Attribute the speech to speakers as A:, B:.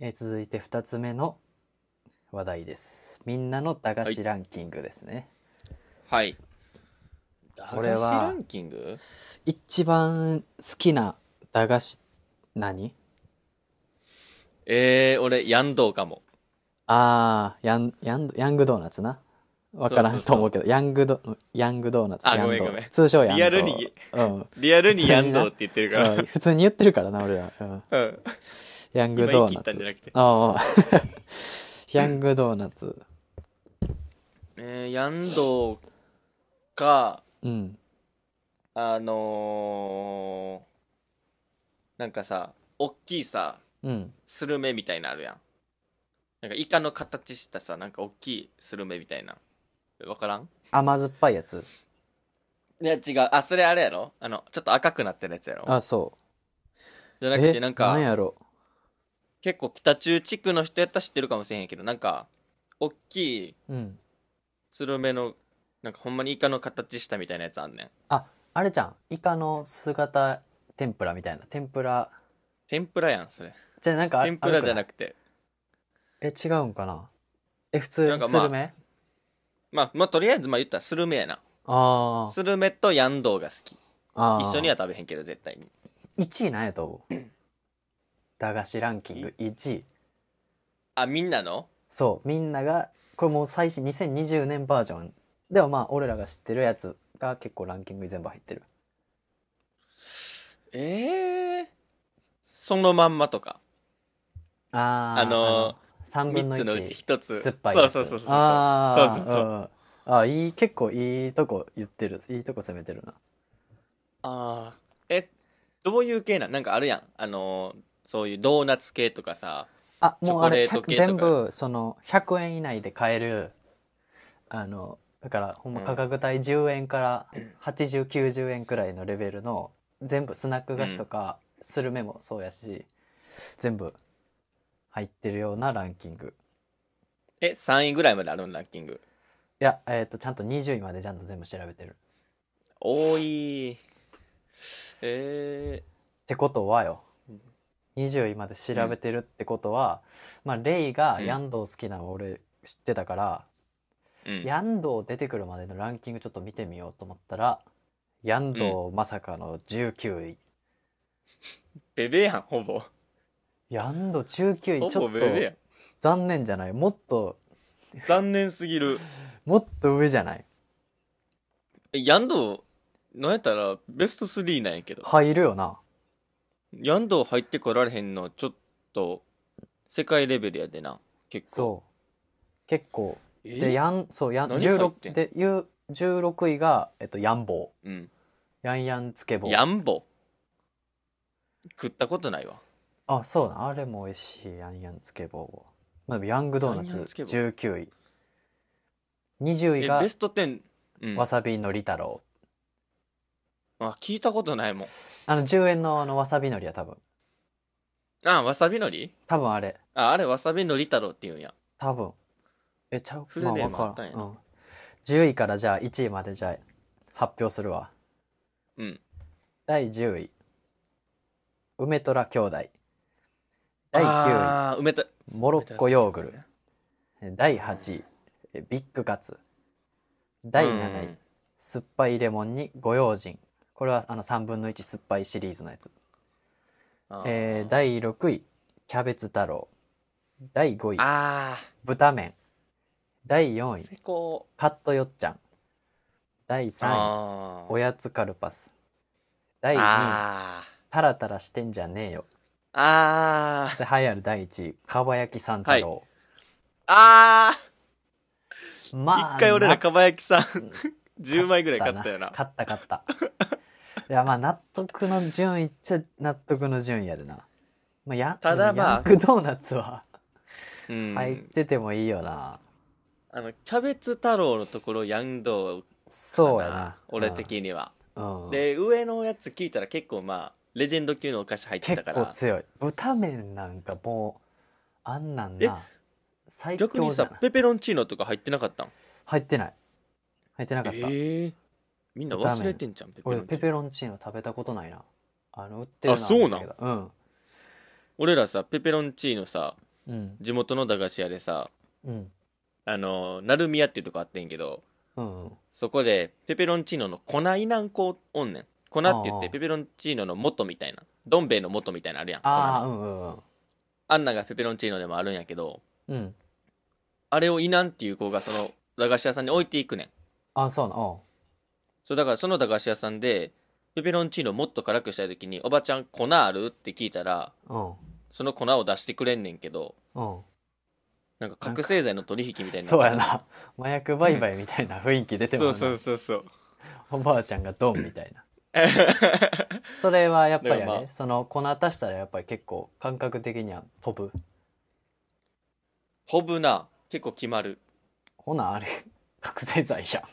A: えー続いて2つ目の話題ですみんなの駄菓子ランキングですね、
B: はい。
A: これは
B: 駄菓子ランキング
A: 一番好きな駄菓子何
B: えー、俺、ヤンドーかも。
A: あーヤンヤンヤングドーナツなわから
B: そ
A: ん
B: うそう
A: と
B: そう
A: 思うけどヤングドヤングドーナツ
B: あ
A: ヤンド
B: ごめんごめん
A: 通称ヤンドー
B: リアルに、
A: うん
B: リアルに
A: 普通
B: ヤ
A: に
B: ン
A: な
B: ドーって言ってるか
A: う
B: ら。
A: ん普通に言ってるからな俺ら、うん、
B: うん。
A: ヤング
B: 今
A: ド
B: 言
A: ー
B: い切
A: ナ
B: ったんじ
A: ツ
B: ゃなくて。
A: ああヤングドーナ ツ
B: えー、ヤンドーか、
A: うん
B: あのー、なんかさ、おっきいさ、
A: うん
B: スルメみたいなのあるやん。なんかイカの形したさ、なんかおっきいスルメみたいな。わからん
A: 甘酸っぱいやつ
B: いや違う。あ、それあれやろあの、ちょっと赤くなってるやつやろ
A: あそう
B: じゃなく
A: え
B: てなん
A: なん
B: か、
A: やろ
B: 結構北中地区の人やったら知ってるかもしれへんけど、なんか、おっきい
A: うん
B: スルメの、なんかほんまにイカの形したみたいなやつあんねん。
A: ああれじゃんイカの姿天ぷらみたいな天ぷら
B: 天ぷらやん、それ。
A: じゃあなんかあ
B: 天ぷらじゃな
A: く
B: くて。
A: え違うんかなえ普通
B: なん
A: に
B: か
A: ス
B: まあ
A: ルメ
B: まあ、まあ、とりあえず、まあ言ったらスルメやな。
A: あー
B: スルメとヤンドウが好き。
A: あー
B: 一緒には食べへんけど、絶対に。
A: 1位なんやと思う駄菓子ランキング1位
B: あ、みんなの
A: そうみんながこれもう最新2020年バージョンでもまあ俺らが知ってるやつが結構ランキングに全部入ってる
B: ええー。そのまんまとか。
A: あー
B: あの
A: あの3分
B: 三
A: の
B: つのうち
A: 1
B: 一つ。
A: 酸っぱい
B: そ
A: や
B: う
A: つ
B: そうそうそう。
A: あ
B: そ
A: ー
B: うそうそう。
A: うんあーいい結構いいとこ言ってるいいとこ攻めてるな
B: ああえどういう系なんなんかあるやんあのーそういうドーナツ系とかさ
A: あもうあれ
B: チョコレート系
A: 100
B: とか
A: 全部その100円以内で買えるあのだからほんま
B: うん
A: 価格帯10円から8090円くらいのレベルの全部スナック菓子とかスルメもそうやし全部入ってるようなランキング
B: え3位ぐらいまであるんランキング
A: いやえっ、とちゃんと20位までちゃんと全部調べてるっ
B: 多いえ
A: てことはよ20位まで調べてるってことは、まあレイがヤンドウ好きなの俺知ってたから、
B: ー、うん
A: ヤンドウ出てくるまでのランキングちょっと見てみようと思ったら、ヤンドウまさかの19位。
B: ベベやんほぼ
A: ヤンドウ19
B: ほ
A: 位、ちょ
B: ぼ
A: っ
B: ベベや
A: と残
B: ん
A: 念じゃないもっと、
B: 残念すぎる
A: もっと上じゃない
B: えヤンドウなんやったらベスト3なんやけど
A: 入るよな。
B: ヤンドウ入ってこられへんのちょっと世界レベルやでな結構
A: そう。結構。
B: え
A: で、ヤン、そう、ヤン、
B: 何入っ
A: 16、
B: てん
A: で、ゆ16位が、えっと、ヤンボ
B: うん
A: ウ。ヤンヤンつけ棒。
B: ヤンボ食ったことないわ
A: あ、そうなん。あれも美味しい、ヤンヤンつけ棒。まあ、ヤングドーナ
B: ヤンヤン
A: ツ
B: つけ棒
A: 19位。20位
B: え
A: が
B: ベ、スト10、うん、
A: わさびのり太郎。
B: あ聞いたことないもん
A: あの10円のあのわさびのりは多分
B: あわさびのり
A: 多分あれ
B: ああれわさびのり太郎っていうんや
A: 多分えちゃう
B: フルネーム
A: まあわ
B: あったんや
A: うん、10位からじゃあ1位までじゃあ発表するわ
B: うん
A: 第10位梅虎兄弟第9位
B: あー梅た
A: モロッコヨーグル第8位えビッグカツ第7位、
B: うん
A: 酸っぱいレモンにご用心これはあの3分の1酸っぱいシリーズのやつ
B: あー
A: えー第6位キャベツ太郎第5位
B: あ
A: 豚麺第4
B: ー
A: 位
B: 最高
A: カットよっちゃん第3位
B: あー
A: おやつカルパス第2位
B: あー
A: タラタラしてんじゃねえよ
B: あー
A: で栄えある第1位かば焼き三太郎、
B: あ
A: ま
B: ー一回俺ら
A: な
B: かば焼きさん 10枚ぐらい買ったよな
A: 買った買った買ったいやまあ納得の順位っちゃ納得の順位やでな、まあ、や
B: ただまあ
A: ヤングドーナツは
B: うん
A: 入っててもいいよな、
B: あのキャベツ太郎のところヤンドウ
A: そうやな
B: 俺、的には
A: うんうん、
B: で上のやつ聞いたら結構まあレジェンド級のお菓子入ってた
A: 結
B: か
A: 構
B: ら
A: 強い豚麺なんかもうあんなんな最
B: 逆
A: 強
B: に
A: じゃ
B: さ
A: ない
B: ペペロンチーノとか入ってなかったん
A: 入ってない入ってなかった、
B: ええみんな忘れてんじゃんペペロ
A: 俺
B: ンチ
A: ペ
B: ーノ
A: ペロンチーノ食べたことないなあの売ってる
B: あそうなん
A: だけどうん
B: 俺らさペペロンチーノさ
A: うん
B: 地元の駄菓子屋でさ
A: うん
B: あの鳴宮っていうとこあってんけど
A: うん
B: そこでペペロンチーノの粉いなんこおんねん粉って言っ
A: あ
B: て
A: あ
B: ペペロンチーノの元みたいなどん兵衛の元みたいなのあるやん
A: ああ
B: 粉の
A: うんうんうん
B: あんなんがペペロンチーノでもあるんやけど
A: うん
B: あれをいなんっていう子がその駄菓子屋さんに置いていくねん
A: あそうなの
B: そうだからその駄菓子屋さんでペペロンチーノもっと辛くしたい時に「おばちゃん粉ある?」って聞いたら
A: うん
B: その粉を出してくれんねんけど
A: うん
B: なんか覚醒剤の取引みたいにな
A: そうやな麻薬売買みたいな雰囲気出て
B: そ
A: ま
B: う
A: す
B: そうそうそう
A: おばあちゃんがドンみたいなそれはやっぱりあれ、
B: だからまあ
A: その粉足したらやっぱり結構感覚的には飛ぶ
B: 飛ぶな結構決まる
A: ほなあれ覚醒剤やん